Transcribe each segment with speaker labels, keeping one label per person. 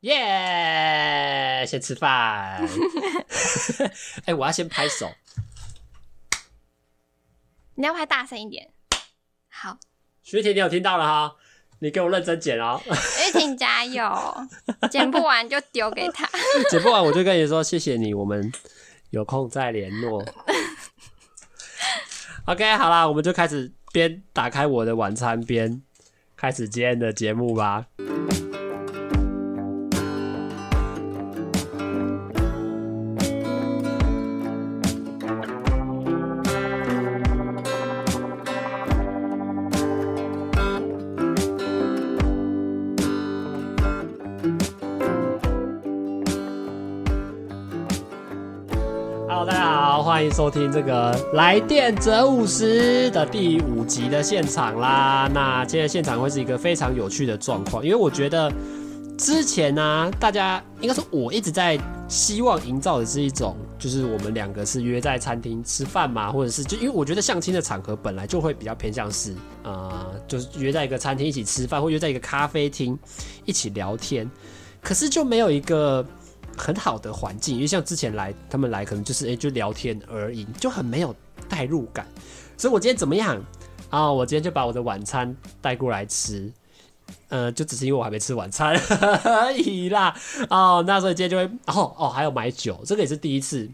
Speaker 1: 耶、先吃饭。 哎、我要先拍手。
Speaker 2: 你要拍大声一点。好，
Speaker 1: 学姐，你有听到了哈？你给我认真剪哦，
Speaker 2: 玉婷加 油，剪不完就丢给他。
Speaker 1: 剪不完我就跟你说谢谢你，我们有空再联络。OK，好啦，我们就开始边打开我的晚餐边开始今天的节目吧。Hello，大家好，欢迎收听这个《来电折五十》的第五集的现场啦。那今天现场会是一个非常有趣的状况，因为我觉得之前呢、啊大家应该说我一直在希望营造的是一种，就是我们两个是约在餐厅吃饭嘛，或者是就因为我觉得相亲的场合本来就会比较偏向是，呃，就是约在一个餐厅一起吃饭，或约在一个咖啡厅一起聊天，可是就没有一个很好的环境，因为像之前来他们来可能就是哎、诶就聊天而已，就很没有代入感。所以我今天怎么样啊、我今天就把我的晚餐带过来吃。呃，就只是因为我还没吃晚餐而已啦。 哦，那所以今天就会，哦哦，还有买酒，这个也是第一次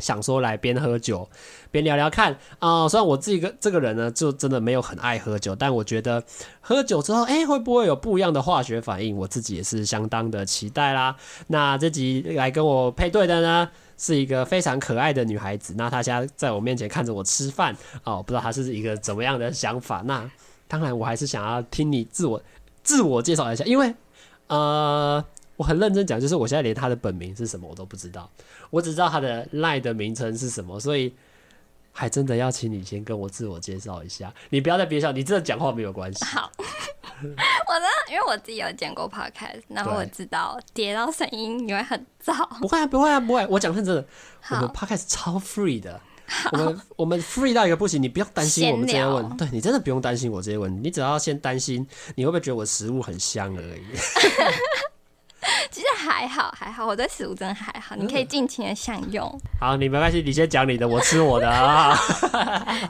Speaker 1: 想说来边喝酒边聊聊看啊、虽然我自己个这个人呢，就真的没有很爱喝酒，但我觉得喝酒之后，哎、会不会有不一样的化学反应？我自己也是相当的期待啦。那这集来跟我配对的呢，是一个非常可爱的女孩子。那她现在在我面前看着我吃饭哦，不知道她是一个怎么样的想法。那当然，我还是想要听你自我自我介绍一下，因为呃，我很认真讲，就是我现在连她的本名是什么我都不知道，我只知道她的 line 的名称是什么，所以。还真的要请你先跟我自我介绍一下，你不要再憋笑，你真的讲话没有关系。
Speaker 2: 好， 我呢，因为我自己有剪过 podcast，然后我
Speaker 1: 对
Speaker 2: 知道跌到声音你会很燥。
Speaker 1: 不会啊，不会啊，不会。我讲认真的，我们
Speaker 2: 好，
Speaker 1: podcast 超 free 的，我们 我们 free 到一个不行，你不用担心我们这些问
Speaker 2: 闲
Speaker 1: 题，对你真的不用担心我这些问题，你只要先担心你会不会觉得我食物很香而已。
Speaker 2: 其实还好，还好，我对食物真的还
Speaker 1: 嗯
Speaker 2: 好，你可以尽情的享用。
Speaker 1: 好，你没关系，你先讲你的，我吃我的啊，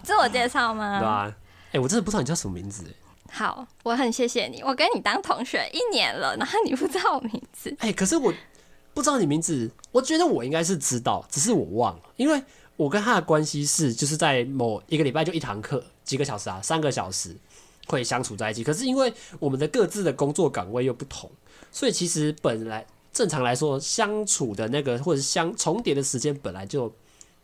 Speaker 2: 自我介绍
Speaker 1: 对
Speaker 2: 吗？
Speaker 1: 吧？哎、我真的不知道你叫什么名字。
Speaker 2: 好，我很谢谢你，我跟你当同学一年了，然后你不知道我名字，
Speaker 1: 哎、可是我不知道你名字，我觉得我应该是知道，只是我忘了，因为我跟他的关系是就是在某一个礼拜就一堂课，几个小时啊，三个小时会相处在一起。可是因为我们的各自的工作岗位又不同，所以其实本来正常来说相处的那个或者是相重叠的时间本来就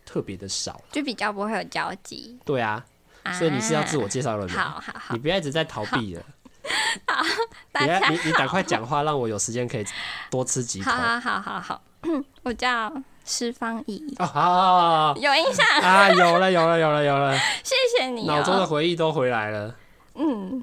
Speaker 1: 特别的少。
Speaker 2: 就比较不会有交集。
Speaker 1: 对啊，
Speaker 2: 啊
Speaker 1: 所以你是要自我介绍了没？
Speaker 2: 好好好
Speaker 1: 你，不要一直在逃避了，
Speaker 2: 大
Speaker 1: 你
Speaker 2: 家
Speaker 1: 要你你赶快讲话，让我有时间可以多吃几口。哦
Speaker 2: 好好好好好， 我叫施芳怡，
Speaker 1: 哦，好好好好好。
Speaker 2: 有印象，
Speaker 1: 啊，有了，有了，有了，有 了，
Speaker 2: 谢谢你、
Speaker 1: 脑中的
Speaker 2: 哦。
Speaker 1: 回忆都回来了。
Speaker 2: 嗯，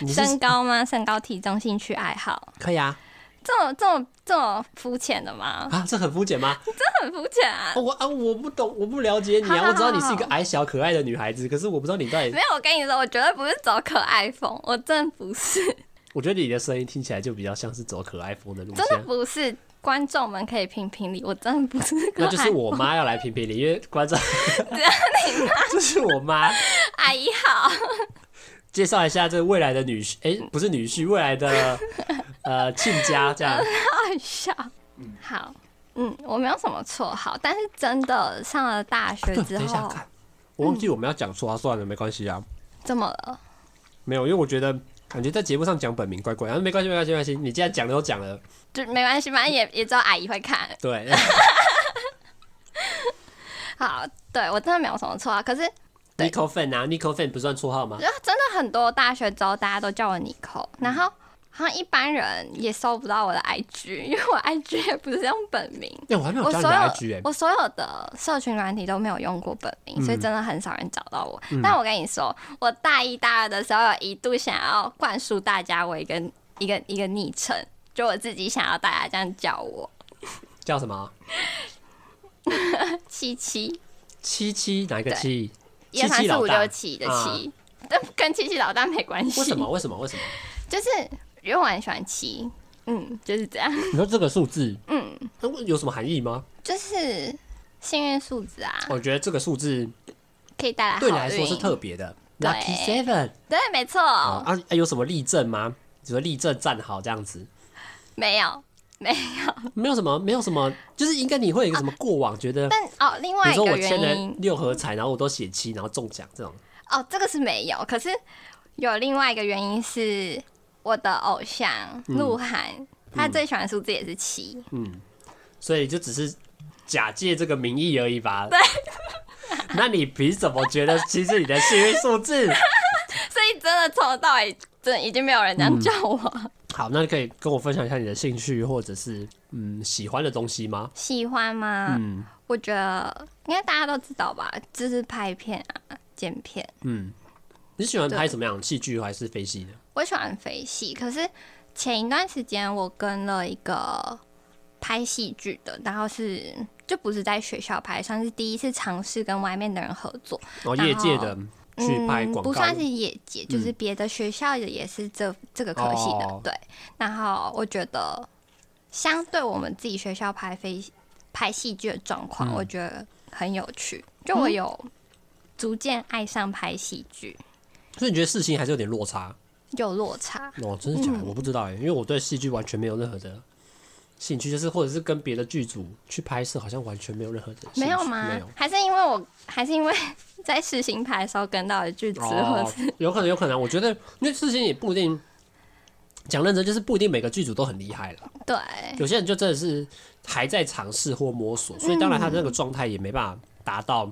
Speaker 1: 你是
Speaker 2: 身高吗？身高、体重、兴趣爱好，
Speaker 1: 可以啊？
Speaker 2: 这么这么这么肤浅的吗？
Speaker 1: 啊，这很肤浅吗？
Speaker 2: 这很肤浅啊！
Speaker 1: 哦我啊，我不懂，我不了解你
Speaker 2: 好
Speaker 1: 啊。
Speaker 2: 好
Speaker 1: 我知道你是一个矮小可爱的女孩子，可是我不知道你 到底
Speaker 2: 没。有，我跟你说，我绝对不是走可爱风，我真的不是，
Speaker 1: 我觉得你的声音听起来就比较像是走可爱风的啊路
Speaker 2: 真的
Speaker 1: 线。
Speaker 2: 不是。观众们可以评评理，我真的不是可
Speaker 1: 那
Speaker 2: 爱。
Speaker 1: 就是我妈要来评评理，因为观众， 这是我妈
Speaker 2: 阿姨好，
Speaker 1: 介绍一下这未来的女婿，哎、不是女婿，未来的呃亲家这 样。
Speaker 2: 好笑。好，嗯，我没有什么绰号，但是真的上了大学
Speaker 1: 啊对，
Speaker 2: 之
Speaker 1: 等一下
Speaker 2: 后，
Speaker 1: 看，我忘记我们要讲错啊，算了，没关系啊。
Speaker 2: 怎么了？
Speaker 1: 没有，因为我觉得感觉在节目上讲本名怪怪，然后没关系，没关系，没关系，你既然讲了都讲了，
Speaker 2: 就没关系，反正也也只有阿姨会看。
Speaker 1: 对，
Speaker 2: 好，对我真的没有什么绰号，可是
Speaker 1: Nico Fan 啊，Nico Fan 不算绰号吗
Speaker 2: 就？真的很多大学之后大家都叫我 Nico，然
Speaker 1: 嗯
Speaker 2: 后好像一般人也搜不到我的 IG，因为我 IG 也不是用本名。
Speaker 1: 哎、我还没有
Speaker 2: 我
Speaker 1: 加你
Speaker 2: 所
Speaker 1: 的
Speaker 2: 有
Speaker 1: IG 哎、
Speaker 2: 我所有的社群软体都没有用过本名，
Speaker 1: 嗯
Speaker 2: 所以真的很少人找到我。但我跟你说，我大一大二的时候有一度想要灌输大家我一个一个一个昵称，就我自己想要大家这样叫我
Speaker 1: 叫什么？
Speaker 2: 七七，
Speaker 1: 七七哪一个
Speaker 2: 对
Speaker 1: 七？
Speaker 2: 一
Speaker 1: 七
Speaker 2: 二三
Speaker 1: 七
Speaker 2: 四
Speaker 1: 老
Speaker 2: 五
Speaker 1: 大啊
Speaker 2: 六七的七，但跟七七老大没关系。
Speaker 1: 为什么？为什么？为什么？
Speaker 2: 就是因为我很喜欢七，嗯，就是这样，
Speaker 1: 你说这个数字，
Speaker 2: 嗯，
Speaker 1: 那有什么含义吗？
Speaker 2: 就是幸运数值啊，
Speaker 1: 我觉得这个数字
Speaker 2: 可以带来好
Speaker 1: 哦对你来说是
Speaker 2: 运
Speaker 1: 特别的
Speaker 2: 对
Speaker 1: ，Lucky Seven
Speaker 2: 对，没错，
Speaker 1: 啊啊，有什么例证吗？比如说例证站好这样子，
Speaker 2: 没有没 有，
Speaker 1: 没有什么，没有什么，就是应该你会有一个什么过往，觉得
Speaker 2: 但哦，另
Speaker 1: 比
Speaker 2: 外
Speaker 1: 如
Speaker 2: 一
Speaker 1: 说
Speaker 2: 个
Speaker 1: 我签
Speaker 2: 原
Speaker 1: 了
Speaker 2: 因
Speaker 1: 六合彩，然后我都写七，然后中奖这种。
Speaker 2: 哦，这个是没有，可是有另外一个原因是我的偶像
Speaker 1: 嗯
Speaker 2: 鹿晗，他最喜欢的数字也是七，
Speaker 1: 所以就只是假借这个名义而已吧。对。 那你凭什么觉得其实你的幸运数字？
Speaker 2: 所以真的从头到尾，真的已经没有人这样叫我。
Speaker 1: 好，那你可以跟我分享一下你的兴趣或者是嗯喜欢的东西吗？
Speaker 2: 喜欢吗？
Speaker 1: 嗯
Speaker 2: 我觉得应该大家都知道吧，就是拍片啊、剪片。
Speaker 1: 嗯，你喜欢拍什么样的戏剧还是非戏的？
Speaker 2: 我喜欢飞戏，可是前一段时间我跟了一个拍戏剧的，然后是就不是在学校拍，算是第一次尝试跟外面的人合作，
Speaker 1: 然后哦业界的去拍
Speaker 2: 嗯，
Speaker 1: 广
Speaker 2: 不
Speaker 1: 告，嗯
Speaker 2: 算是业界，就是别的学校的也是这、这个科系的，
Speaker 1: 哦
Speaker 2: 对。然后我觉得，相对我们自己学校拍非拍戏剧的状况，
Speaker 1: 嗯
Speaker 2: 我觉得很有趣。就我有逐渐爱上拍戏剧，
Speaker 1: 所以你觉得事情还是有点落差
Speaker 2: 有落差。
Speaker 1: 哦？真的
Speaker 2: 嗯
Speaker 1: 假的？我不知道哎，因为我对戏剧完全没有任何的兴趣，就是或者是跟别的剧组去拍摄，好像完全没有任何的兴趣
Speaker 2: 没有吗？
Speaker 1: 没有。
Speaker 2: 还是因为我， 还是因为在试新拍的时候跟到的句子，或
Speaker 1: 哦
Speaker 2: 者，
Speaker 1: 有可能，有可能。我觉得，因为事情也不一定讲认真，就是不一定每个剧组都很厉害了。
Speaker 2: 对，
Speaker 1: 有些人就真的是还在尝试或摸索，所以当然他的那个状态也没办法达到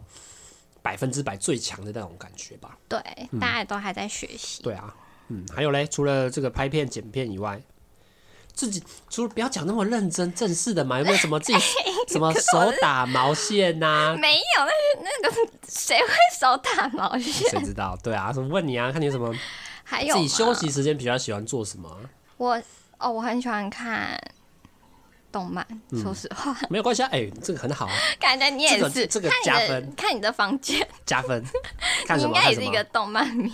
Speaker 1: 百分之百最强的那种感觉吧。
Speaker 2: 对，大家都还在学习。
Speaker 1: 嗯对啊，嗯，还有嘞，除了这个拍片、剪片以外。自己除了不要讲那么认真正式的嘛，有没有什么自己 什么手打毛线啊呐、
Speaker 2: 没有，那是那个谁会手打毛线？
Speaker 1: 谁知道？对啊，什么问你啊，看你有什么
Speaker 2: 还有
Speaker 1: 自己
Speaker 2: 吗
Speaker 1: 休息时间比较喜欢做什么啊、
Speaker 2: 我哦，我很喜欢看动漫，
Speaker 1: 嗯
Speaker 2: 说实话，
Speaker 1: 没有关系啊，哎、这个很好啊，
Speaker 2: 感觉你也
Speaker 1: 这个
Speaker 2: 是。
Speaker 1: 这个
Speaker 2: 看你
Speaker 1: 加
Speaker 2: 的
Speaker 1: 分
Speaker 2: 看你的房间，
Speaker 1: 加 分。看
Speaker 2: 你
Speaker 1: 什
Speaker 2: 应
Speaker 1: 么？
Speaker 2: 该
Speaker 1: 看
Speaker 2: 也
Speaker 1: 什
Speaker 2: 是一
Speaker 1: 么
Speaker 2: 个？动漫迷。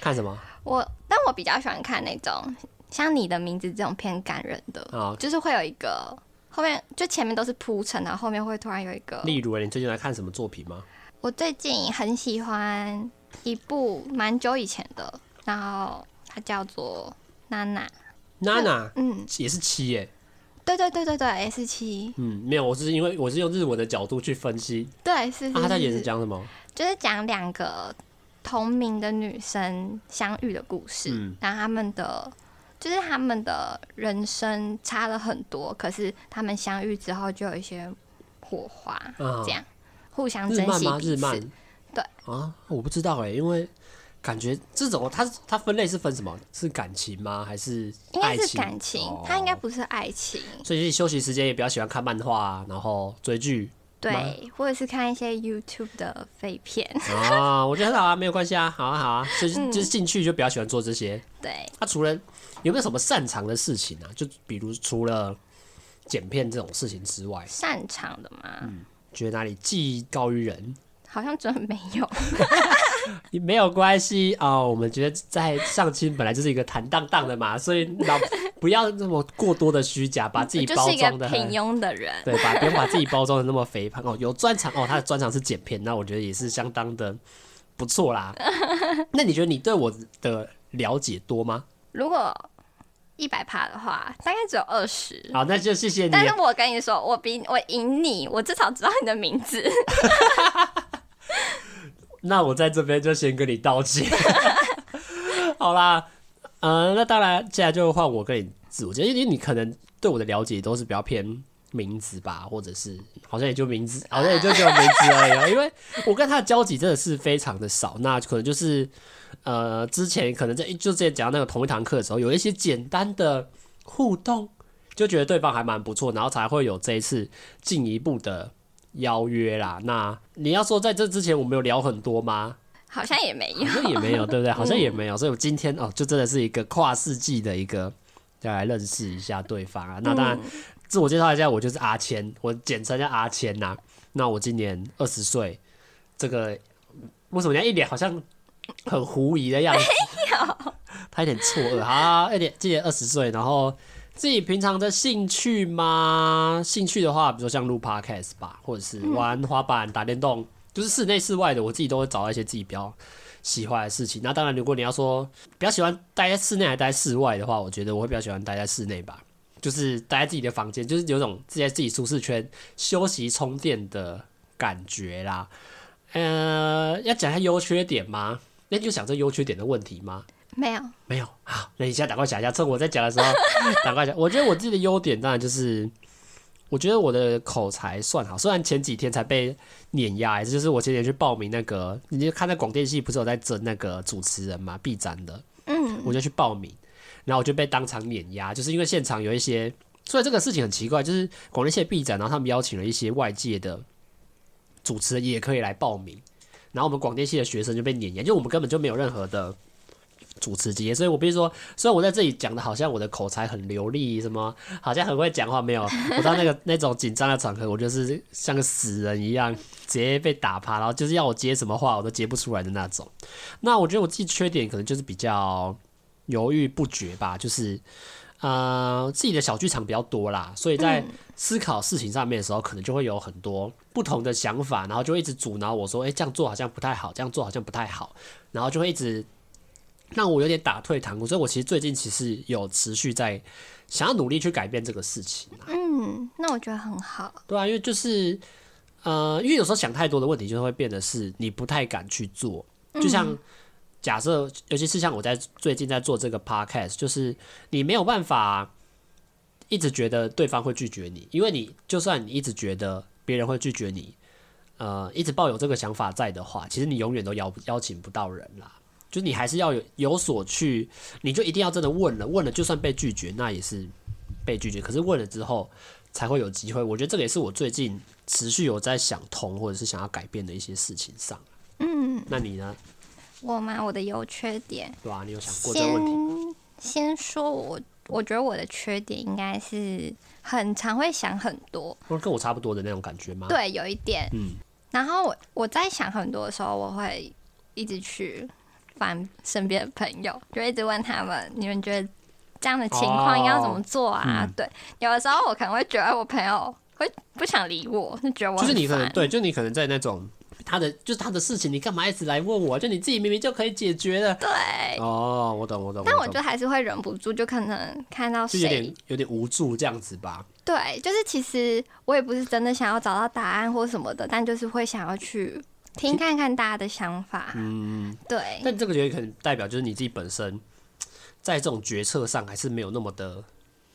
Speaker 1: 看什么？
Speaker 2: 我，但我比较喜欢看那种像你的名字这种偏感人的，
Speaker 1: 啊，
Speaker 2: 就是会有一个后面就前面都是铺陈，然后后面会突然有一个。
Speaker 1: 例如，你最近来看什么作品吗？
Speaker 2: 我最近很喜欢一部蛮久以前的，然后它叫做《娜娜》，
Speaker 1: 娜娜
Speaker 2: 嗯，
Speaker 1: 也是七耶，
Speaker 2: 对对对对对，S 七，
Speaker 1: 嗯，没有，我是因为我是用日文的角度去分析，
Speaker 2: 对是是
Speaker 1: 啊，他在演
Speaker 2: 是
Speaker 1: 是讲什么？
Speaker 2: 就是讲两个同名的女生相遇的故事，
Speaker 1: 嗯
Speaker 2: 然后她们的就是她们的人生差了很多，可是她们相遇之后就有一些火花，
Speaker 1: 啊
Speaker 2: 这，样互相
Speaker 1: 日
Speaker 2: 珍
Speaker 1: 漫
Speaker 2: 惜
Speaker 1: 吗？日
Speaker 2: 彼
Speaker 1: 漫
Speaker 2: 此。？对
Speaker 1: 啊，我不知道哎，因为感觉这种它它分类是分什么？是感情吗？还是
Speaker 2: 应
Speaker 1: 爱
Speaker 2: 该是
Speaker 1: 情？
Speaker 2: 感情
Speaker 1: 哦，
Speaker 2: 它应该不是爱情，
Speaker 1: 所以休息时间也比较喜欢看漫画啊，然后追剧。
Speaker 2: 对，或者是看一些 YouTube 的废片，
Speaker 1: 啊，我觉得很好啊，没有关系啊，好啊好啊，就是就是兴趣就比较喜欢做这些。
Speaker 2: 对，
Speaker 1: 他啊除了有没有什么擅长的事情啊？就比如除了剪片这种事情之外，
Speaker 2: 擅长的嘛，
Speaker 1: 觉得哪里技高于人
Speaker 2: 好像真的没有，
Speaker 1: 也没有关系啊、我们觉得在上清本来就是一个坦荡荡的嘛， 所以老不要那么过多的虚假， 把自己
Speaker 2: 就
Speaker 1: 包
Speaker 2: 是一个
Speaker 1: 装的
Speaker 2: 平
Speaker 1: 很。
Speaker 2: 庸的人，
Speaker 1: 对吧？不用把自己包装的那么肥胖哦。有专长哦，他的专长是剪片，那我觉得也是相当的不错 啦。那你觉得你对我的了解多吗？
Speaker 2: 如果一百趴的话，大概只有二十，
Speaker 1: 好，那就谢谢你
Speaker 2: 但是我跟你说，我比我赢你，我至少知道你的名字。
Speaker 1: 那我在这边就先跟你道歉。 好啦，呃，那当然，接下来就换我跟你自我介绍，因为你可能对我的了解都是比较偏名字吧，或者是好像也就名字，好像也就只有名字而已哦。因为我跟他的交集真的是非常的少，那可能就是呃，之前可能在就之前讲到那个同一堂课的时候，有一些简单的互动，就觉得对方还蛮不错，然后才会有这一次进一步的邀约啦。那你要说在这之前我们有聊很多吗？
Speaker 2: 好像也没有，
Speaker 1: 好像也没有，对不 对？好像也没有，所以我今天哦，就真的是一个跨世纪的一个，要来认识一下对方啊。那当
Speaker 2: 嗯
Speaker 1: 然，自我介绍一下，我就是阿谦，我简称叫阿谦呐、那我今年二十岁，这个为什么人家一脸好像 很狐疑的样子？他有点错愕，好啊，一点今年二十岁，然后自己平常的兴趣吗？兴趣的话，比如说像录 podcast 吧，或者是玩滑板、打电动，就是室内室外的，我自己都会找到一些自己比较喜欢的事情。那当然，如果你要说比较喜欢待在室内还待在室外的话，我觉得我会比较喜欢待在室内吧，就是待在自己的房间，就是有种自己在自己舒适圈休息充电的感觉啦。呃，要讲一下优缺点吗？那你就想这优缺点的问题吗？
Speaker 2: 没有，
Speaker 1: 没有好，那你现在赶快想一下，趁我在讲的时候，赶快讲。我觉得我自己的优点当然就是，我觉得我的口才算好，虽然前几天才被碾压一次，就是我前几天去报名那个，你就看那广电系不是有在争那个主持人嘛，必展的，
Speaker 2: 嗯，
Speaker 1: 我就去报名，然后我就被当场碾压，就是因为现场有一些，所以这个事情很奇怪，就是广电系的毕展，然后他们邀请了一些外界的主持人也可以来报名，然后我们广电系的学生就被碾压，就我们根本就没有任何的主持经验，所以我必须说，虽然我在这里讲的好像我的口才很流利，什么好像很会讲话，没有，我到那个 那种紧张的场合，我就是像个死人一样，直接被打趴，然后就是要我接什么话我都接不出来的那种。那我觉得我自己缺点可能就是比较犹豫不决吧，就是呃自己的小剧场比较多啦，所以在思考事情上面的时候，可能就会有很多不同的想法，然后就一直阻挠我说，诶，哎这样做好像不太好，这样做好像不太好，然后就会一直让我有点打退堂鼓。所以我其实最近其实有持续在想要努力去改变这个事情啊。
Speaker 2: 嗯，那我觉得很好。
Speaker 1: 对啊，因为就是呃，因为有时候想太多的问题，就会变得是你不太敢去做。就像假设，尤其是像我在最近在做这个 podcast，就是你没有办法一直觉得对方会拒绝你，因为你就算你一直觉得别人会拒绝你，呃，一直抱有这个想法在的话，其实你永远都邀不邀请不到人啦。就是你还是要有有所去，你就一定要真的问了，问了就算被拒绝，那也是被拒绝。可是问了之后，才会有机会。我觉得这个也是我最近持续有在想通，或者是想要改变的一些事情上。嗯，那你呢？
Speaker 2: 我嘛，我的优缺点，
Speaker 1: 对吧、啊你有想过这个
Speaker 2: 先
Speaker 1: 问题？
Speaker 2: 先说我，我觉得我的缺点应该是很常会想很多，
Speaker 1: 或者跟我差不多的那种感觉吗？，
Speaker 2: 对，有一点。
Speaker 1: 嗯，
Speaker 2: 然后我我在想很多的时候，我会一直去翻身边的朋友，就一直问他们，你们觉得这样的情况应该要怎么做啊？
Speaker 1: 嗯
Speaker 2: 对，有的时候我可能会觉得我朋友会不想理我，就觉得我
Speaker 1: 就是
Speaker 2: 很
Speaker 1: 你可能
Speaker 2: 烦
Speaker 1: 对，就你可能在那种他的就是他的事情，你干嘛一直来问我？就你自己明明就可以解决的。
Speaker 2: 对。
Speaker 1: 哦，我懂，我懂。
Speaker 2: 但我
Speaker 1: 懂
Speaker 2: 就还是会忍不住，就可能看到
Speaker 1: 就有
Speaker 2: 谁
Speaker 1: 点有点无助这样子吧。
Speaker 2: 对，就是其实我也不是真的想要找到答案或什么的，但就是会想要去听看看大家的想法。
Speaker 1: 嗯，
Speaker 2: 对，
Speaker 1: 但这个觉得可能代表就是你自己本身在这种决策上还是没有那么的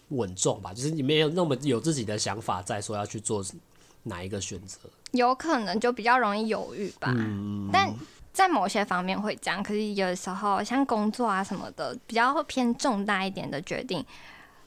Speaker 1: 稳重吧，就是你没有那么有自己的想法在说要去做哪一个选择。
Speaker 2: 有可能就比较容易犹豫吧。但在某些方面会这样，可是有的时候像工作啊什么的，比较会偏重大一点的决定，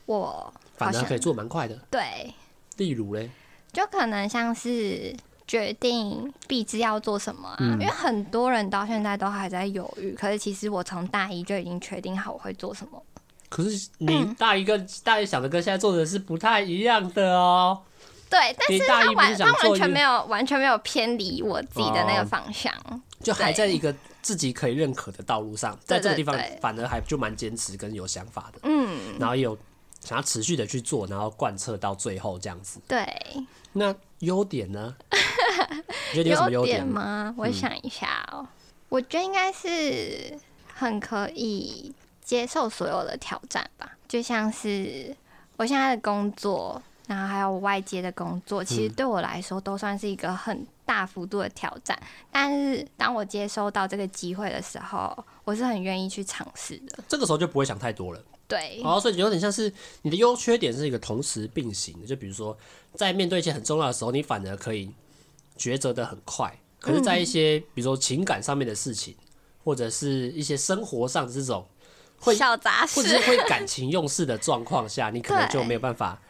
Speaker 2: 我好
Speaker 1: 反而
Speaker 2: 像
Speaker 1: 可以做蛮快的。
Speaker 2: 对，
Speaker 1: 例如嘞，
Speaker 2: 就可能像是。决定必知要做什么啊？
Speaker 1: 嗯
Speaker 2: 因为很多人到现在都还在犹豫，可是其实我从大一就已经确定好我会做什么。
Speaker 1: 可是
Speaker 2: 嗯
Speaker 1: 你大一跟、大一想的跟现在做的是不太一样的哦。
Speaker 2: 对，但
Speaker 1: 你
Speaker 2: 是
Speaker 1: 大
Speaker 2: 他
Speaker 1: 一不
Speaker 2: 完
Speaker 1: 是想
Speaker 2: 他完
Speaker 1: 做
Speaker 2: 全
Speaker 1: 一
Speaker 2: 没有完全没有偏离我自己的那
Speaker 1: 哦
Speaker 2: 个方向。
Speaker 1: 就还
Speaker 2: 对
Speaker 1: 在一个自己可以认可的道路上，在这个地方
Speaker 2: 对对
Speaker 1: 反而还就蛮坚持跟有想法的，
Speaker 2: 嗯，
Speaker 1: 然后也有想要持续的去做，然后贯彻到最后这样子。
Speaker 2: 对。
Speaker 1: 那优点 呢？你觉得你有什么优点？嗯
Speaker 2: 吗？我想一下哦、我觉得应该是很可以接受所有的挑战吧，就像是我现在的工作，然后还有外界的工作，其实
Speaker 1: 嗯
Speaker 2: 对我来说都算是一个很大幅度的挑战。但是当我接收到这个机会的时候，我是很愿意去尝试的。
Speaker 1: 这个时候就不会想太多了。
Speaker 2: 对，
Speaker 1: 哦，所以有点像是你的优缺点是一个同时并行的，就比如说在面对一些很重要的时候，你反而可以抉择的很快，可是，在一些、比如说情感上面的事情，或者是一些生活上的这种，会
Speaker 2: 小杂
Speaker 1: 或者是
Speaker 2: 事，
Speaker 1: 会感情用事的状况下， 你可能
Speaker 2: 对
Speaker 1: 就没有办法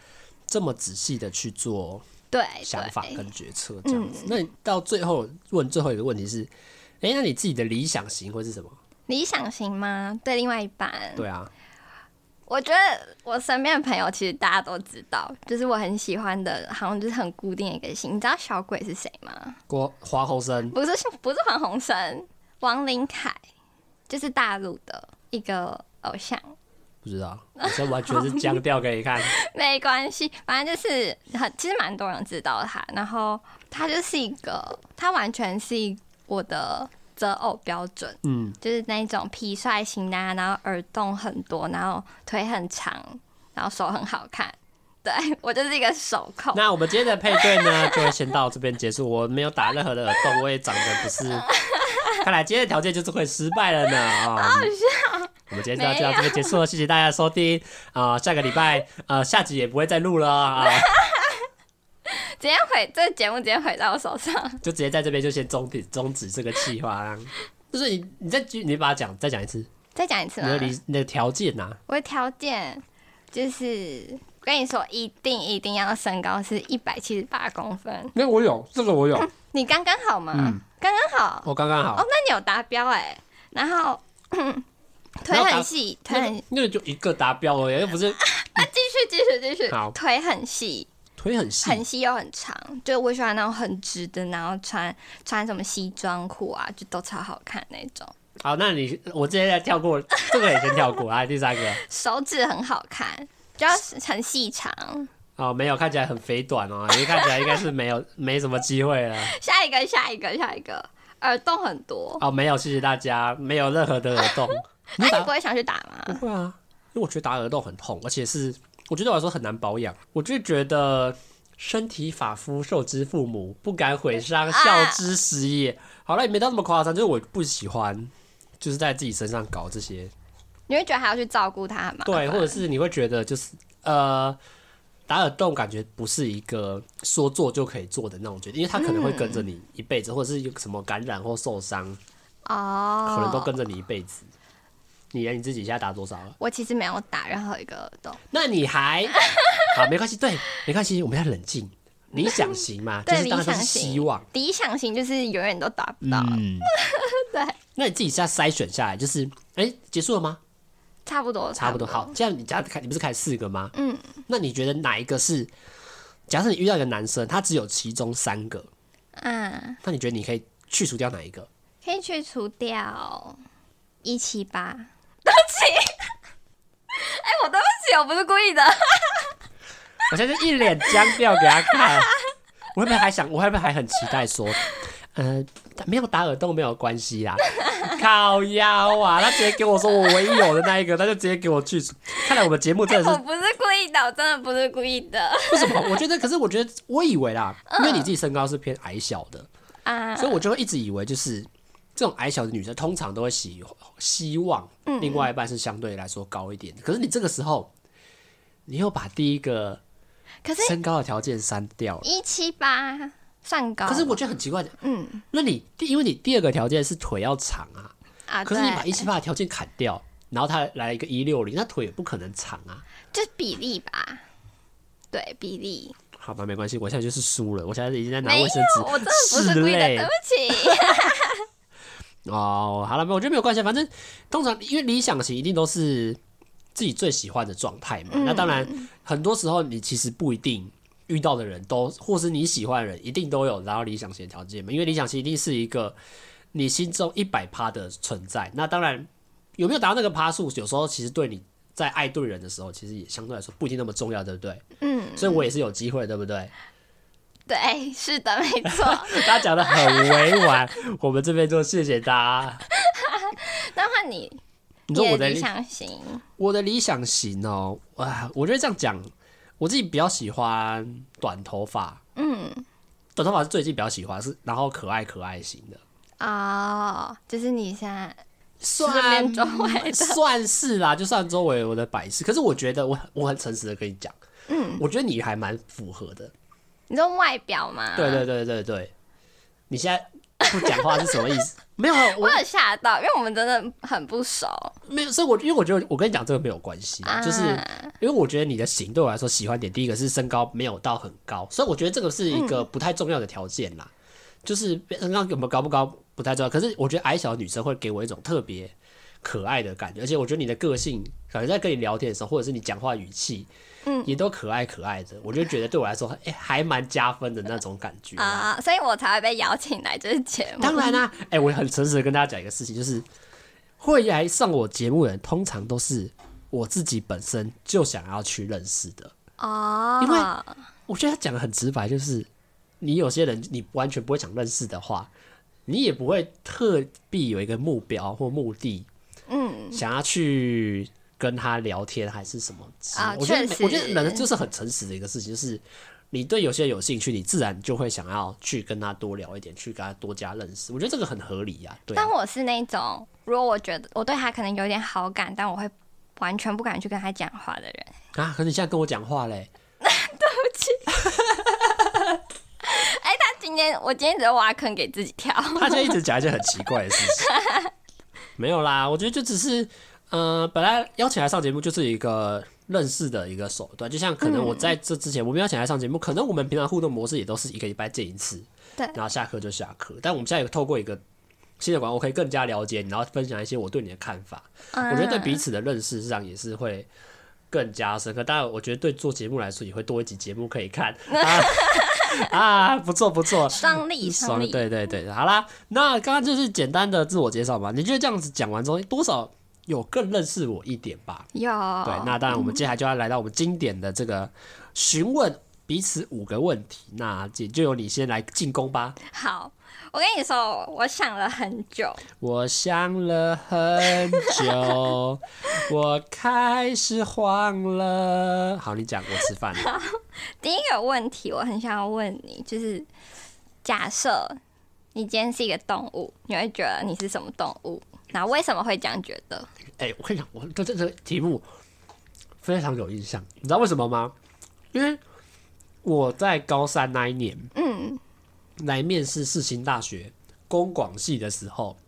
Speaker 1: 这么仔细的去做
Speaker 2: 对
Speaker 1: 想法
Speaker 2: 对。
Speaker 1: 跟决策这样子。那你到最后问最后一个问题是，哎、那你自己的理想型会是什么？
Speaker 2: 理想型吗？对另外一半，
Speaker 1: 对啊，
Speaker 2: 我觉得我身边的朋友其实大家都知道，就是我很喜欢的，好像就是很固定的一个型。你知道小鬼是谁吗？
Speaker 1: 郭黄鸿生
Speaker 2: 不是，不是黄鸿升，王林凯，就是大陆的一个偶像。
Speaker 1: 不不知道，我这完全是僵掉给你看。
Speaker 2: 没关系，反正就是很，其实蛮多人知道他。然后他就是一个，他完全是一我的择偶标准，
Speaker 1: 嗯，
Speaker 2: 就是那一种痞帅型的、啊，然后耳洞很多，然后腿很长，然后手很好看。对我就是一个手控，
Speaker 1: 那我们今天的配对呢，就会先到这边结束。我没有打任何的耳洞，我也长得不是，看来今天的条件就是会失败了呢啊。我们今天就要就到这边结束了，谢谢大家的收听啊、下个礼拜呃下集也不会再录了啊、
Speaker 2: 直接毁这节目，直接毁到我手上。
Speaker 1: 就直接在这边就先终止终止这个计划啦。就是你你再继续你把它讲再讲一次，
Speaker 2: 再讲一次
Speaker 1: 你
Speaker 2: 吗？
Speaker 1: 的理你的条件啊呐、
Speaker 2: 我的条件就是跟你说，一定一定要身高是一百七十八公分，
Speaker 1: 那我有这个我有，
Speaker 2: 你刚刚好吗？
Speaker 1: 嗯
Speaker 2: 刚刚好。
Speaker 1: 我刚刚好
Speaker 2: 哦，。那你有达标哎、然后 腿很细，腿
Speaker 1: 那
Speaker 2: 很
Speaker 1: 个那个就一个达标而已，又不是
Speaker 2: 啊，继续继续继续
Speaker 1: 好，嗯
Speaker 2: 腿很细，
Speaker 1: 腿很细，
Speaker 2: 很细又很长，就我喜欢那种很直的，然后穿穿什么西装裤啊，就都超好看那种，
Speaker 1: 好，那你我直接再跳过这个也先跳过 啊，第三个
Speaker 2: 手指很好看，就要很细长。
Speaker 1: 哦，没有，看起来很肥短哦，你看起来应该是没有没什么机会 了
Speaker 2: 下一个，下一个，下一个，耳洞很多，
Speaker 1: 哦，没有，谢谢大家，没有任何的耳洞，你
Speaker 2: 那、你
Speaker 1: 打
Speaker 2: 不会想去打
Speaker 1: 不
Speaker 2: 吗？
Speaker 1: 会啊，因为我觉得打耳洞很痛，而且是我觉得对我来说很难保养，我就觉得身体发肤受之父母，不敢毁伤，孝之始也。好了，也没到那么夸张，就是我不喜欢。就是在自己身上搞这些，
Speaker 2: 你会觉得还要去照顾它 吗？
Speaker 1: 对，或者是你会觉得就是呃，打耳洞感觉不是一个说做就可以做的那种决定，因为它可能会跟着你一辈子，或者是有什么感染或受伤，
Speaker 2: 哦，
Speaker 1: 可能都跟着你一辈子。你连你自己现在打多少了？
Speaker 2: 我其实没有打任何一个耳洞，
Speaker 1: 那你 还好没关系，对，没关系，我们要冷静。理想型 嘛，就
Speaker 2: 对
Speaker 1: 是当然
Speaker 2: 理
Speaker 1: 是
Speaker 2: 想型
Speaker 1: 希望。
Speaker 2: 理想型就是永远都达不到，
Speaker 1: 嗯，
Speaker 2: 对，
Speaker 1: 那你自己现在筛选下来，就是哎、结束了吗？
Speaker 2: 差不多，
Speaker 1: 差不多。好，，这样你家开，你不是开四个吗？嗯，那你觉得哪一个是？假设你遇到一个男生，他只有其中三个，
Speaker 2: 嗯，
Speaker 1: 那你觉得你可以去除掉哪一个？
Speaker 2: 可以去除掉一 七八，对不起， 哎、我对不起，我不是故意的，
Speaker 1: 我现在就一脸僵掉给他看。 我会不会还想？我会不会还很期待说，呃，没有打耳洞没有关系啦， 靠腰啊！他直接给我说我唯一有的那一个，他就直接给我去除。看来我们节目真的
Speaker 2: 我
Speaker 1: 是
Speaker 2: 不是故意的，我真的不是故意的，
Speaker 1: 为什么？我觉得，可是我觉得，我以为啦，因为你自己身高是偏矮小的，
Speaker 2: 啊，
Speaker 1: 所以我就会一直以为就是这种矮小的女生通常都会希希望另外一半是相对来说高一点。可是你这个时候，你又把第一个
Speaker 2: 可是
Speaker 1: 身高的条件删掉了。
Speaker 2: 一七八算高，
Speaker 1: 可是我觉得很奇怪，
Speaker 2: 哦嗯
Speaker 1: 那你第因为你第二个条件是腿要长啊，
Speaker 2: 啊，
Speaker 1: 可是你把
Speaker 2: 对
Speaker 1: 一七八的条件砍掉，然后他来一个一六零，那腿也不可能长啊。
Speaker 2: 就是比例吧，对比例，
Speaker 1: 好吧，没关系，我现在就是输了，我现在已经在拿
Speaker 2: 没
Speaker 1: 卫
Speaker 2: 有
Speaker 1: 生，
Speaker 2: 我真的
Speaker 1: 纸
Speaker 2: 不是
Speaker 1: 拭
Speaker 2: 故意的，
Speaker 1: 泪
Speaker 2: 对不起，
Speaker 1: 哦。好了，没有，我觉得没有关系，反正通常因为理想型一定都是自己最喜欢的状态
Speaker 2: 嗯
Speaker 1: 嘛。那当然，很多时候你其实不一定遇到的人都，或是你喜欢的人一定都有达到理想型的条件嘛，因为理想型一定是一个你心中一百趴的存在。那当然，有没有达到那个趴数，有时候其实对你在爱对人的时候，其实也相对来说不一定那么重要，对不对？
Speaker 2: 嗯，
Speaker 1: 所以我也是有机会，对不对？
Speaker 2: 对，是的，没 错。
Speaker 1: 大家讲的很委婉，我们这边就谢谢大家。
Speaker 2: 那换你，
Speaker 1: 你说我
Speaker 2: 的
Speaker 1: 的
Speaker 2: 理想型，
Speaker 1: 我的理想型哦，哇，我觉得这样讲，我自己比较喜欢短头发，
Speaker 2: 嗯，
Speaker 1: 短头发是最近比较喜欢，是然后可爱可爱型的，
Speaker 2: 哦，就是你现在
Speaker 1: 算
Speaker 2: 是周围
Speaker 1: 嗯
Speaker 2: 的
Speaker 1: 算是啦，就算周围我的摆饰，可是我觉得我我很诚实的跟你讲，嗯，我觉得你还蛮符合的，
Speaker 2: 你说外表嘛？
Speaker 1: 对对对对对，你现在不讲话是什么意思？ 没有啊，我
Speaker 2: 我有吓到，因为我们真的很不熟。
Speaker 1: 没有，所以我因为我觉得我跟你讲这个没有关系啊，就是
Speaker 2: 啊
Speaker 1: 因为我觉得你的型对我来说喜欢点，第一个是身高没有到很高，所以我觉得这个是一
Speaker 2: 嗯
Speaker 1: 个不太重要的条件啦，就是身高有没有高不高不太重要，可是我觉得矮小的女生会给我一种特别可爱的感觉，而且我觉得你的个性，感觉在跟你聊天的时候，或者是你讲话语气，
Speaker 2: 嗯，
Speaker 1: 也都可爱可爱的，我就觉得对我来说，哎、还蛮加分的那种感觉啦
Speaker 2: 啊、所以我才会被邀请来这节目。
Speaker 1: 当然啦、哎、我很诚实的跟大家讲一个事情，就是会来上我节目的人，通常都是我自己本身就想要去认识的。
Speaker 2: 哦，
Speaker 1: 因为我觉得他讲的很直白，就是你有些人你完全不会想认识的话，你也不会特地有一个目标或目的，
Speaker 2: 嗯，
Speaker 1: 想要去跟他聊天还是什么之类的。
Speaker 2: 啊
Speaker 1: 我觉得每
Speaker 2: 确实
Speaker 1: 我觉得人就是很诚实的一个事情，就是你对有些人有兴趣，你自然就会想要去跟他多聊一点，去跟他多加认识。我觉得这个很合理呀、对啊、
Speaker 2: 但我是那种，如果我觉得我对他可能有点好感，但我会完全不敢去跟他讲话的人。
Speaker 1: 啊，可是你现在跟我讲话嘞，
Speaker 2: 但今天我今天只是挖坑给自己 跳。
Speaker 1: 他就一直讲一些很奇怪的事情。没有啦，我觉得就只是，呃，本来邀请来上节目就是一个认识的一个手段，就像可能我在这之前，我们邀请来上节目，可能我们平常互动模式也都是一个礼拜见一次，
Speaker 2: 对
Speaker 1: 然后下课就下课，但我们现在有透过一个新的管道，我可以更加了解你，然后分享一些我对你的看法，我
Speaker 2: 我
Speaker 1: 觉得对彼此的认识实际上也是会。更加深刻，当然，我觉得对做节目来说也会多一集节目可以看啊啊，不错不错，
Speaker 2: 上力
Speaker 1: 爽
Speaker 2: 上
Speaker 1: 了，
Speaker 2: 力，
Speaker 1: 对对对，好啦，那刚刚就是简单的自我介绍嘛，你觉得这样子讲完之后，多少有更认识我一点吧？
Speaker 2: 有
Speaker 1: 对，那当然，我们接下来就要来到我们经典的这个询问彼此五个问题，那姐就由你先来进攻吧。
Speaker 2: 好。我跟你说，我想了很久，
Speaker 1: 我想了很久，我开始慌了。好，你讲，我吃饭了。
Speaker 2: 第一个问题，我很想要问你，就是假设你今天是一个动物，你会觉得你是什么动物？那为什么会这样觉得？
Speaker 1: 哎、我跟你讲，我对这个题目非常有印象，你知道为什么吗？因为我在高三那一年，嗯，来面试世新大学公广系的时候，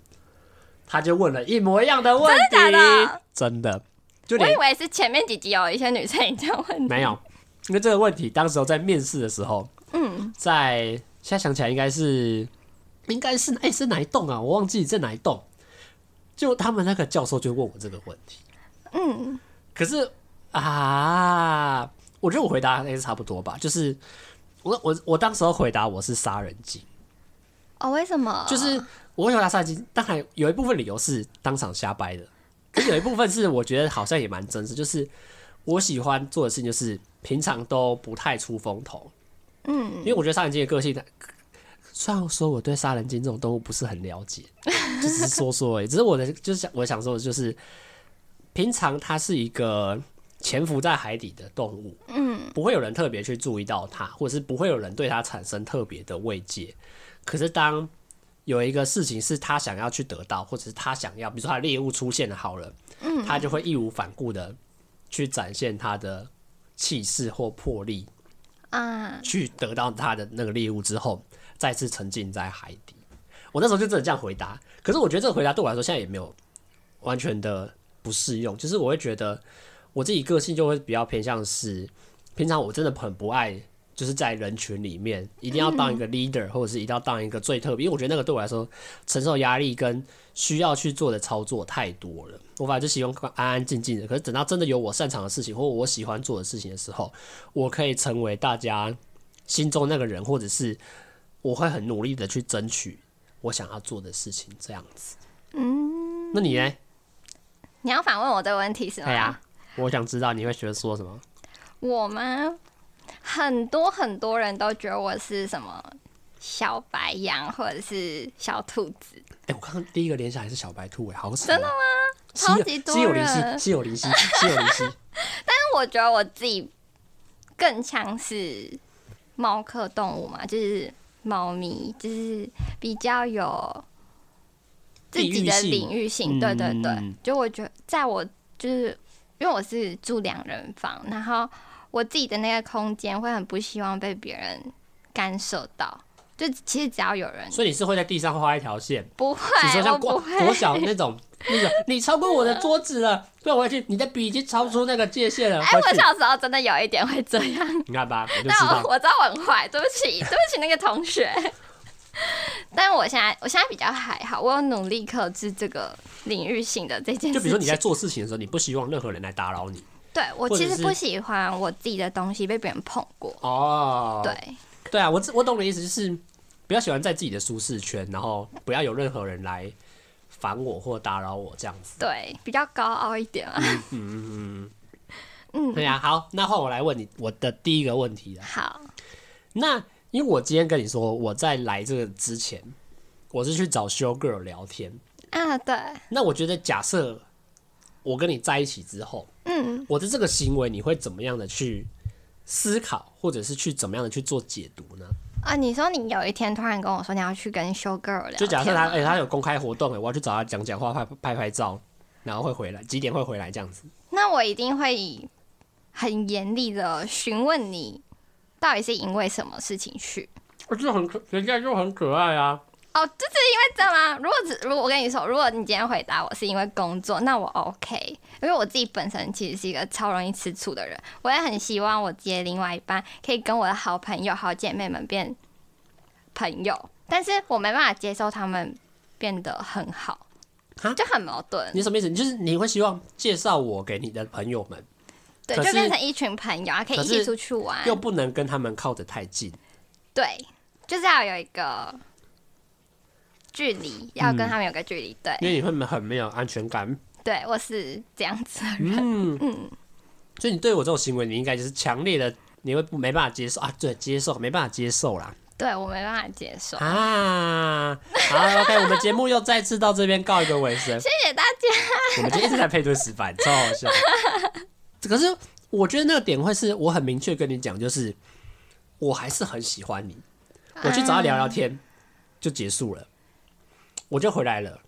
Speaker 1: 他就问了一模一样的问题，
Speaker 2: 真的假的
Speaker 1: 真的就
Speaker 2: 我
Speaker 1: 连
Speaker 2: 以为是前面几集有一些女生也这样问你，
Speaker 1: 没有，因为这个问题，当时候在面试的时候，嗯，在现在想起来应该是，应该是哎、是哪一栋啊？我忘记在哪一栋。就他们那个教授就问我这个问题，嗯，可是啊，我觉得我回答应该是差不多吧，就是我我我当时候回答我是杀人精。
Speaker 2: 哦，为什么？
Speaker 1: 就是我会回答杀鸡，当然有一部分理由是当场瞎掰的，可是有一部分是我觉得好像也蛮 真实，就是我喜欢做的事情就是平常都不太出风头，嗯，因为我觉得杀人鲸的个性，虽然说我对杀人鲸这种动物不是很了 解，就只是说说而已，只是我的就是想我想说的就是，平常它是一个潜伏在海底的动物，嗯，不会有人特别去注意到它，或者是不会有人对它产生特别的慰藉。可是当有一个事情是他想要去得到，或者是他想要，比如说他猎物出现了好了，嗯，他就会义无反顾的去展现他的气势或魄力，
Speaker 2: 啊，
Speaker 1: 去得到他的那个猎物之后，再次沉浸在海底。我那时候就真的这样回答，可是我觉得这个回答对我来说现在也没有完全的不适用，就是我会觉得我自己个性就会比较偏向是，平常我真的很不爱。就是在人群里面，一定要当一个 leader，、或者是一定要当一个最特别，因为我觉得那个对我来说，承受压力跟需要去做的操作太多了。我反而就喜欢安安静静的。可是等到真的有我擅长的事情，或我喜欢做的事情的时候，我可以成为大家心中那个人，或者是我会很努力的去争取我想要做的事情，这样子。嗯，那你呢？
Speaker 2: 你要反问我这个问题是吗？
Speaker 1: 哎呀，我想知道你会学说什么？
Speaker 2: 我吗？很多很多人都觉得我是什么小白羊或者是小兔子，
Speaker 1: 哎、我刚刚第一个联想还是小白兔、哎，好真的吗？
Speaker 2: 超级多
Speaker 1: 稀有灵犀，
Speaker 2: 人
Speaker 1: 稀有灵犀，稀有灵 犀。
Speaker 2: 但我觉得我自己更像是猫科动物嘛，就是猫咪，就是比较有自己
Speaker 1: 地域
Speaker 2: 的
Speaker 1: 性
Speaker 2: 领域性。对对对，
Speaker 1: 嗯
Speaker 2: 就我觉得在我就是因为我是住两人房，然后我自己的那个空间会很不希望被别人干涉到。就其实只要有人
Speaker 1: 所以你是会在地上画一条线，
Speaker 2: 不会
Speaker 1: 你说，
Speaker 2: 哎我
Speaker 1: 像
Speaker 2: 不
Speaker 1: 国
Speaker 2: 会，
Speaker 1: 国小那种。那个，你超过我的桌子了，对，我回去，你的笔已经超出那个界限了，
Speaker 2: 哎，
Speaker 1: 回
Speaker 2: 我
Speaker 1: 去。
Speaker 2: 小时候真的有一点会这样，
Speaker 1: 你看吧，我就
Speaker 2: 但
Speaker 1: 知道
Speaker 2: 我。我知道我很坏，对不 起，对不起那个同学。 但我现在我现在比较还好，我有努力克制这个领域性的这件事情。
Speaker 1: 就比如说你在做事情的时候，你不希望任何人来打扰你。
Speaker 2: 对我
Speaker 1: 或者
Speaker 2: 其实
Speaker 1: 是
Speaker 2: 不喜欢我自己的东西被别人碰过。
Speaker 1: 哦，
Speaker 2: 对，
Speaker 1: 对啊，我知我懂你的意思，就是不要喜欢在自己的舒适圈，然后不要有任何人来烦我或打扰我这样子。
Speaker 2: 对，比较高傲一点啊嘛。
Speaker 1: 嗯嗯嗯，
Speaker 2: 嗯，
Speaker 1: 对呀、好，那换我来问你我的第一个问题了。
Speaker 2: 好，
Speaker 1: 那因为我今天跟你说，我在来这个之前，我是去找修 girl 聊天。
Speaker 2: 啊，对，
Speaker 1: 那我觉得，假设我跟你在一起之后，
Speaker 2: 嗯，
Speaker 1: 我的这个行为，你会怎么样的去思考，或者是去怎么样的去做解读呢？
Speaker 2: 啊，你说你有一天突然跟我说你要去跟修 girl 聊，
Speaker 1: 就假设他，哎、
Speaker 2: 哎，
Speaker 1: 他有公开活动，哎，我要去找他讲讲话、拍拍拍照，然后会回来，几点会回来这样子？
Speaker 2: 那我一定会以很严厉的询问你，到底是因为什么事情去。
Speaker 1: 我就很可，人家就很可爱啊。
Speaker 2: 哦，这是因为这样吗？如果只如果我跟你说，如果你今天回答我是因为工作，那我 OK，因为我自己本身其实是一个超容易吃醋的人，我也很希望我自己的另外一半可以跟我的好朋友、好姐妹们变朋友，但是我没办法接受他们变得很好
Speaker 1: 哈，
Speaker 2: 就很矛盾，
Speaker 1: 你什么意思？你就是你会希望介绍我给你的朋友们，
Speaker 2: 对，
Speaker 1: 可
Speaker 2: 就是变成一群朋友啊，可以
Speaker 1: 可
Speaker 2: 一
Speaker 1: 是
Speaker 2: 起出去玩，
Speaker 1: 又不能跟他们靠得太近。
Speaker 2: 对，就是要有一个距离，要跟他们有个距
Speaker 1: 嗯
Speaker 2: 离，
Speaker 1: 因
Speaker 2: 对，
Speaker 1: 为你会很没有安全感。
Speaker 2: 对我是这样子的人。
Speaker 1: 嗯所以你对我这种行为，你应该就是强烈的，你会不没办法接受啊？对，接受没办法接受啦
Speaker 2: 对我没办法接受。
Speaker 1: 啊！好，OK，我们节目又再次到这边告一个尾声。
Speaker 2: 谢谢大家。
Speaker 1: 我们今天一直在配对失 败，超好笑。可是我觉得那个点会是我很明确跟你讲，就是我还是很喜欢你，
Speaker 2: 嗯
Speaker 1: 我去找他聊聊天就结束了，我就回来了。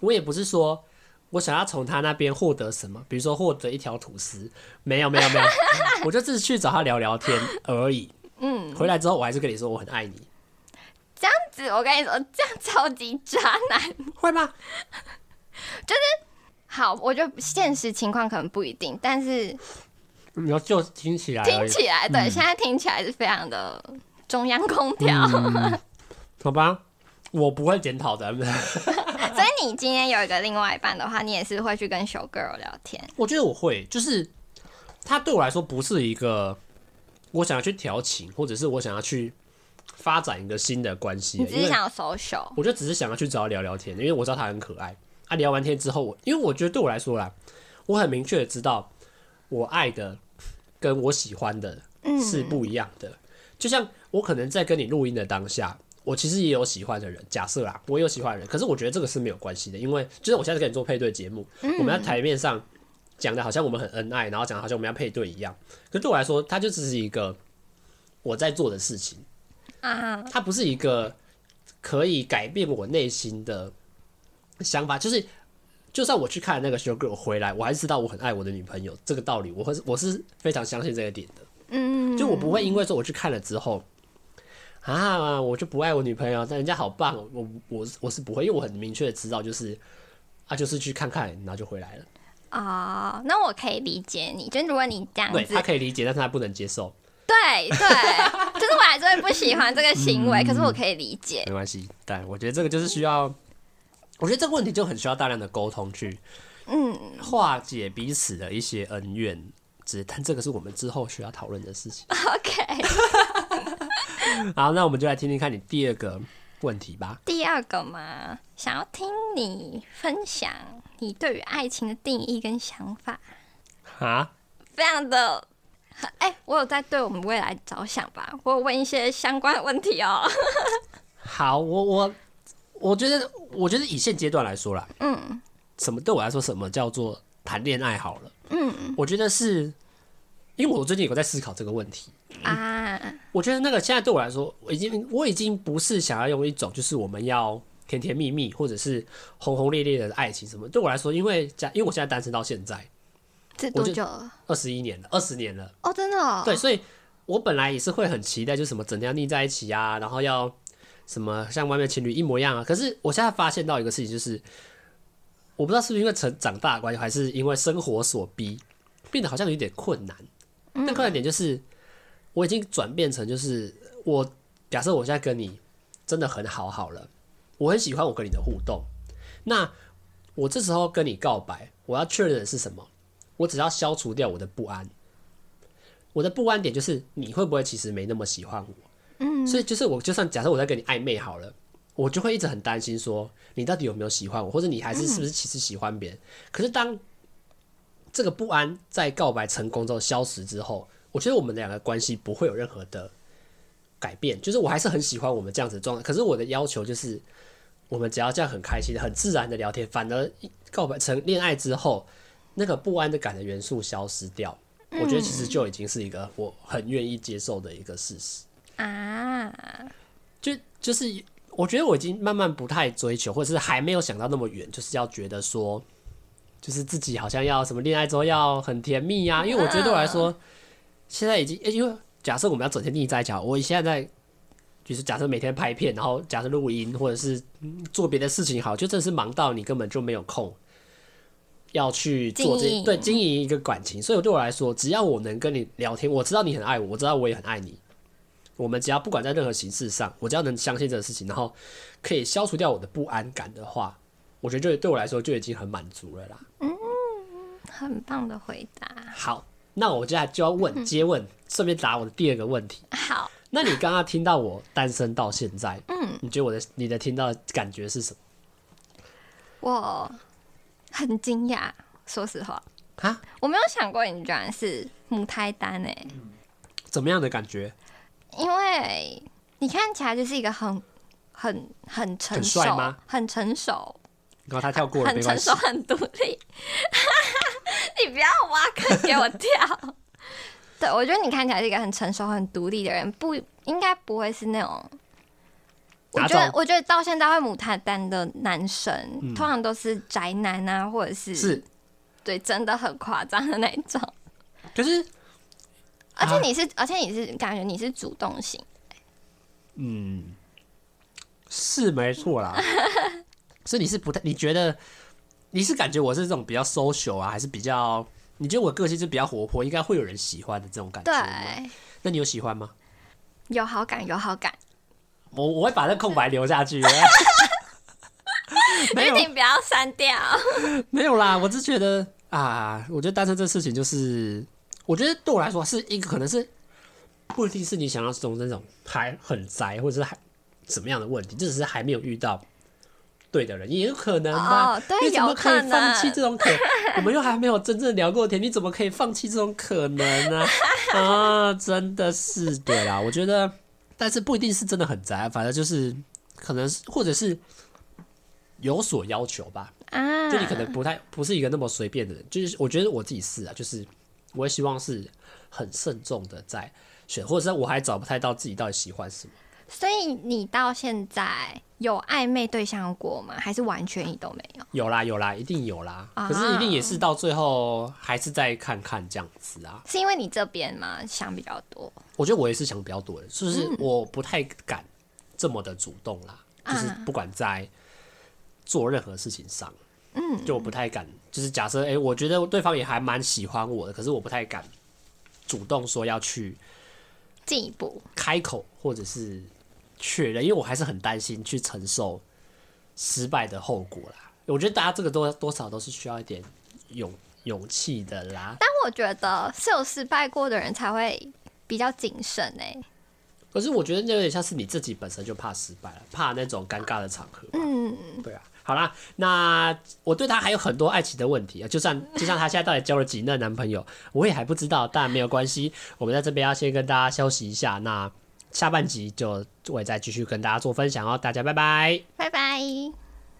Speaker 1: 我也不是说我想要从他那边获得什么，比如说获得一条吐司，没有没 有没有，我就只是去找他聊聊天而已。嗯，回来之后我还是跟你说我很爱你，
Speaker 2: 这样子，我跟你说，这样超级渣男。
Speaker 1: 会吗？
Speaker 2: 好，我觉得现实情况可能不一定，但是
Speaker 1: 你要嗯就听起来而
Speaker 2: 听
Speaker 1: 已，
Speaker 2: 起来，
Speaker 1: 嗯
Speaker 2: 对，现在听起来是非常的中央空调。
Speaker 1: 嗯好吧？我不会检讨的。
Speaker 2: 所以你今天有一个另外一半的话，你也是会去跟小 girl 聊天。
Speaker 1: 我觉得我会，就是他对我来说不是一个我想要去调情，或者是我想要去发展一个新的关系，
Speaker 2: 你只
Speaker 1: 因
Speaker 2: 是
Speaker 1: 为
Speaker 2: 想要 social，
Speaker 1: 我就只是想要去找他聊聊天，因为我知道他很可爱。啊，聊完天之后，我因为我觉得对我来说啦，我很明确的知道我爱的跟我喜欢的是不一样的。就像我可能在跟你录音的当下，我其实也有喜欢的人，假设啦，我也有喜欢的人，可是我觉得这个是没有关系的，因为就是我现在跟你做配对节目，我们在台面上讲的好像我们很恩爱，然后讲的好像我们要配对一样，可对我来说，它就只是一个我在做的事情啊，它不是一个可以改变我内心的想法，就是。就算我去看那个 show girl 回来，我还是知道我很爱我的女朋友这个道理，我会我是非常相信这个点的。
Speaker 2: 嗯，
Speaker 1: 就我不会因为说我去看了之后，啊，我就不爱我女朋友，但人家好棒，我我我是不会，因为我很明确的知道，就是啊，就是去看看，然后就回来了。
Speaker 2: 哦，那我可以理解你。就如果你这样
Speaker 1: 对
Speaker 2: 子
Speaker 1: 他，可以理解，但是他不能接受，
Speaker 2: 对对，就是我还是会不喜欢这个行
Speaker 1: 嗯
Speaker 2: 为，可是我可以理解。
Speaker 1: 没关系。但我觉得这个就是需要，我觉得这个问题就很需要大量的沟通去，嗯，化解彼此的一些恩怨。只但这个是我们之后需要讨论的事情。
Speaker 2: OK，
Speaker 1: 好，那我们就来听听看你第二个问题吧。
Speaker 2: 第二个嘛，想要听你分享你对于爱情的定义跟想法，
Speaker 1: 啊，
Speaker 2: 非常的。哎、我有在对我们未来着想吧？我有问一些相关的问题哦。
Speaker 1: 好，我我我觉得，我觉得以现阶段来说啦，嗯，什么对我来说，什么叫做谈恋爱好了？嗯，我觉得是，因为我最近有在思考这个问题。
Speaker 2: 啊，
Speaker 1: 我觉得那个现在对我来说，我已经我已经不是想要用一种就是我们要甜甜蜜蜜或者是轰轰烈烈的爱情什么。对我来说，因为假因为我现在单身到现在
Speaker 2: 这
Speaker 1: 我
Speaker 2: 多
Speaker 1: 就
Speaker 2: 久了？
Speaker 1: 二十一年了，二十年了，
Speaker 2: 哦，真的、哦？
Speaker 1: 对，，所以我本来也是会很期待，就是什么整天要腻在一起啊，然后要什么像外面情侣一模一样啊。可是我现在发现到一个事情，就是我不知道是不是因为成长大的关系，还是因为生活所逼，变得好像有点困难。
Speaker 2: 嗯
Speaker 1: 但困难点就是，我已经转变成就是我假设我现在跟你真的很好好了，我很喜欢我跟你的互动，那我这时候跟你告白，我要确认的是什么？我只要消除掉我的不安。我的不安点就是你会不会其实没那么喜欢我？嗯，所以就是我就算假设我在跟你暧昧好了，我就会一直很担心说你到底有没有喜欢我，或者你还是是不是其实喜欢别人。可是当这个不安在告白成功之后消失之后，我觉得我们两个关系不会有任何的改变，就是我还是很喜欢我们这样子的状态。可是我的要求就是，我们只要这样很开心、很自然的聊天，反而一告白成恋爱之后，那个不安的感的元素消失掉。我觉得其实就已经是一个我很愿意接受的一个事实。
Speaker 2: 啊，
Speaker 1: 就就是我觉得我已经慢慢不太追求，或者是还没有想到那么远，就是要觉得说，就是自己好像要什么恋爱之后要很甜蜜呀、因为我觉得对我来说，现在已经因为假设我们要整天腻在一起好，我现在在。就是假设每天拍片，然后假设录音或者是嗯做别的事情好，就真的是忙到你根本就没有空要去做这
Speaker 2: 经营
Speaker 1: 对经营一个感情。所以对我来说，只要我能跟你聊天，我知道你很爱我，我知道我也很爱你，我们只要不管在任何形式上，我只要能相信这个事情，然后可以消除掉我的不安感的话，我觉得就对我来说就已经很满足了啦。
Speaker 2: 很棒的回答。
Speaker 1: 好，那我接下来就要
Speaker 2: 嗯
Speaker 1: 问接问，顺便答我的第二个问题。
Speaker 2: 好，
Speaker 1: 那你刚刚听到我单身到现在，嗯，你觉得我的你的听到的感觉是什么？
Speaker 2: 我很惊讶，说实话，
Speaker 1: 啊，
Speaker 2: 我没有想过你居然是母胎单诶、
Speaker 1: 怎么样的感觉？
Speaker 2: 因为你看起来就是一个很、很、很成
Speaker 1: 很
Speaker 2: 熟、
Speaker 1: 帅吗
Speaker 2: 很成熟、
Speaker 1: 然后他跳过了，
Speaker 2: 很
Speaker 1: 没
Speaker 2: 成
Speaker 1: 关系
Speaker 2: 熟、。很独立。 你不要挖坑给我跳。对，我觉得你看起来是一个很成熟、很独立的人，不应该不会是那种。我
Speaker 1: 哪
Speaker 2: 觉得
Speaker 1: 种，嗯
Speaker 2: 我觉得到现在会母胎单的男生，通常都是宅男啊，或者是
Speaker 1: 是，
Speaker 2: 对，真的很夸张的那一种。
Speaker 1: 就是
Speaker 2: 而且
Speaker 1: 啊
Speaker 2: 你是，而且你是感觉你是主动型，
Speaker 1: 是没错 啦。所以你是不太，你觉得你是感觉我是这种比较 social 啊，还是比较？你觉得我个性是比较活泼，应该会有人喜欢的这种感觉
Speaker 2: 对，
Speaker 1: 吗？那你有喜欢吗？
Speaker 2: 有好感，有好感。
Speaker 1: 我我会把那空白留下 去。没有
Speaker 2: 玉婷不要删掉。
Speaker 1: 没有啦，我只是觉得啊，我觉得单身这事情就是，我觉得对我来说是一个可能是不一定是你想要中那种还很宅或者是还什么样的问题，这只是还没有遇到对的人，也有可能吧。
Speaker 2: 哦对
Speaker 1: 你怎么可
Speaker 2: 有
Speaker 1: 以
Speaker 2: 可能
Speaker 1: 放弃这种可？我们又还没有真正聊过天，你怎么可以放弃这种可能 呢、啊？真的是对啦，我觉得，但是不一定是真的很宅，啊反正就是可能是或者是有所要求吧。
Speaker 2: 啊，
Speaker 1: 就你可能不太不是一个那么随便的人，就是我觉得我自己是啊，就是我也希望是很慎重的在选，或者是我还找不太到自己到底喜欢什么。
Speaker 2: 所以你到现在有暧昧对象过吗？还是完全你都没有？
Speaker 1: 有啦有啦，一定有啦，
Speaker 2: 啊
Speaker 1: 可是一定也是到最后还是再看看这样子啊。
Speaker 2: 是因为你这边吗？想比较多
Speaker 1: 我觉得我也是想比较多的，就是我不太敢这么的主动啦，就是不管在做任何事情上，嗯，就我不太敢，就是假设哎、诶我觉得对方也还蛮喜欢我的，可是我不太敢主动说要去。
Speaker 2: 进一步
Speaker 1: 开口或者是确认，因为我还是很担心去承受失败的后果啦。我觉得大家这个多多少都是需要一点勇勇气的啦。
Speaker 2: 但我觉得是有失败过的人才会比较谨慎哎、
Speaker 1: 可是我觉得那有点像是你自己本身就怕失败了，怕那种尴尬的场合。
Speaker 2: 嗯，
Speaker 1: 对啊，好啦，那我对她还有很多爱情的问题啊，就算就像她现在到底交了几任男朋友，我也还不知道，但没有关系，我们在这边要先跟大家休息一下，那下半集就我也再继续跟大家做分享哦，大家拜拜。
Speaker 2: 拜拜。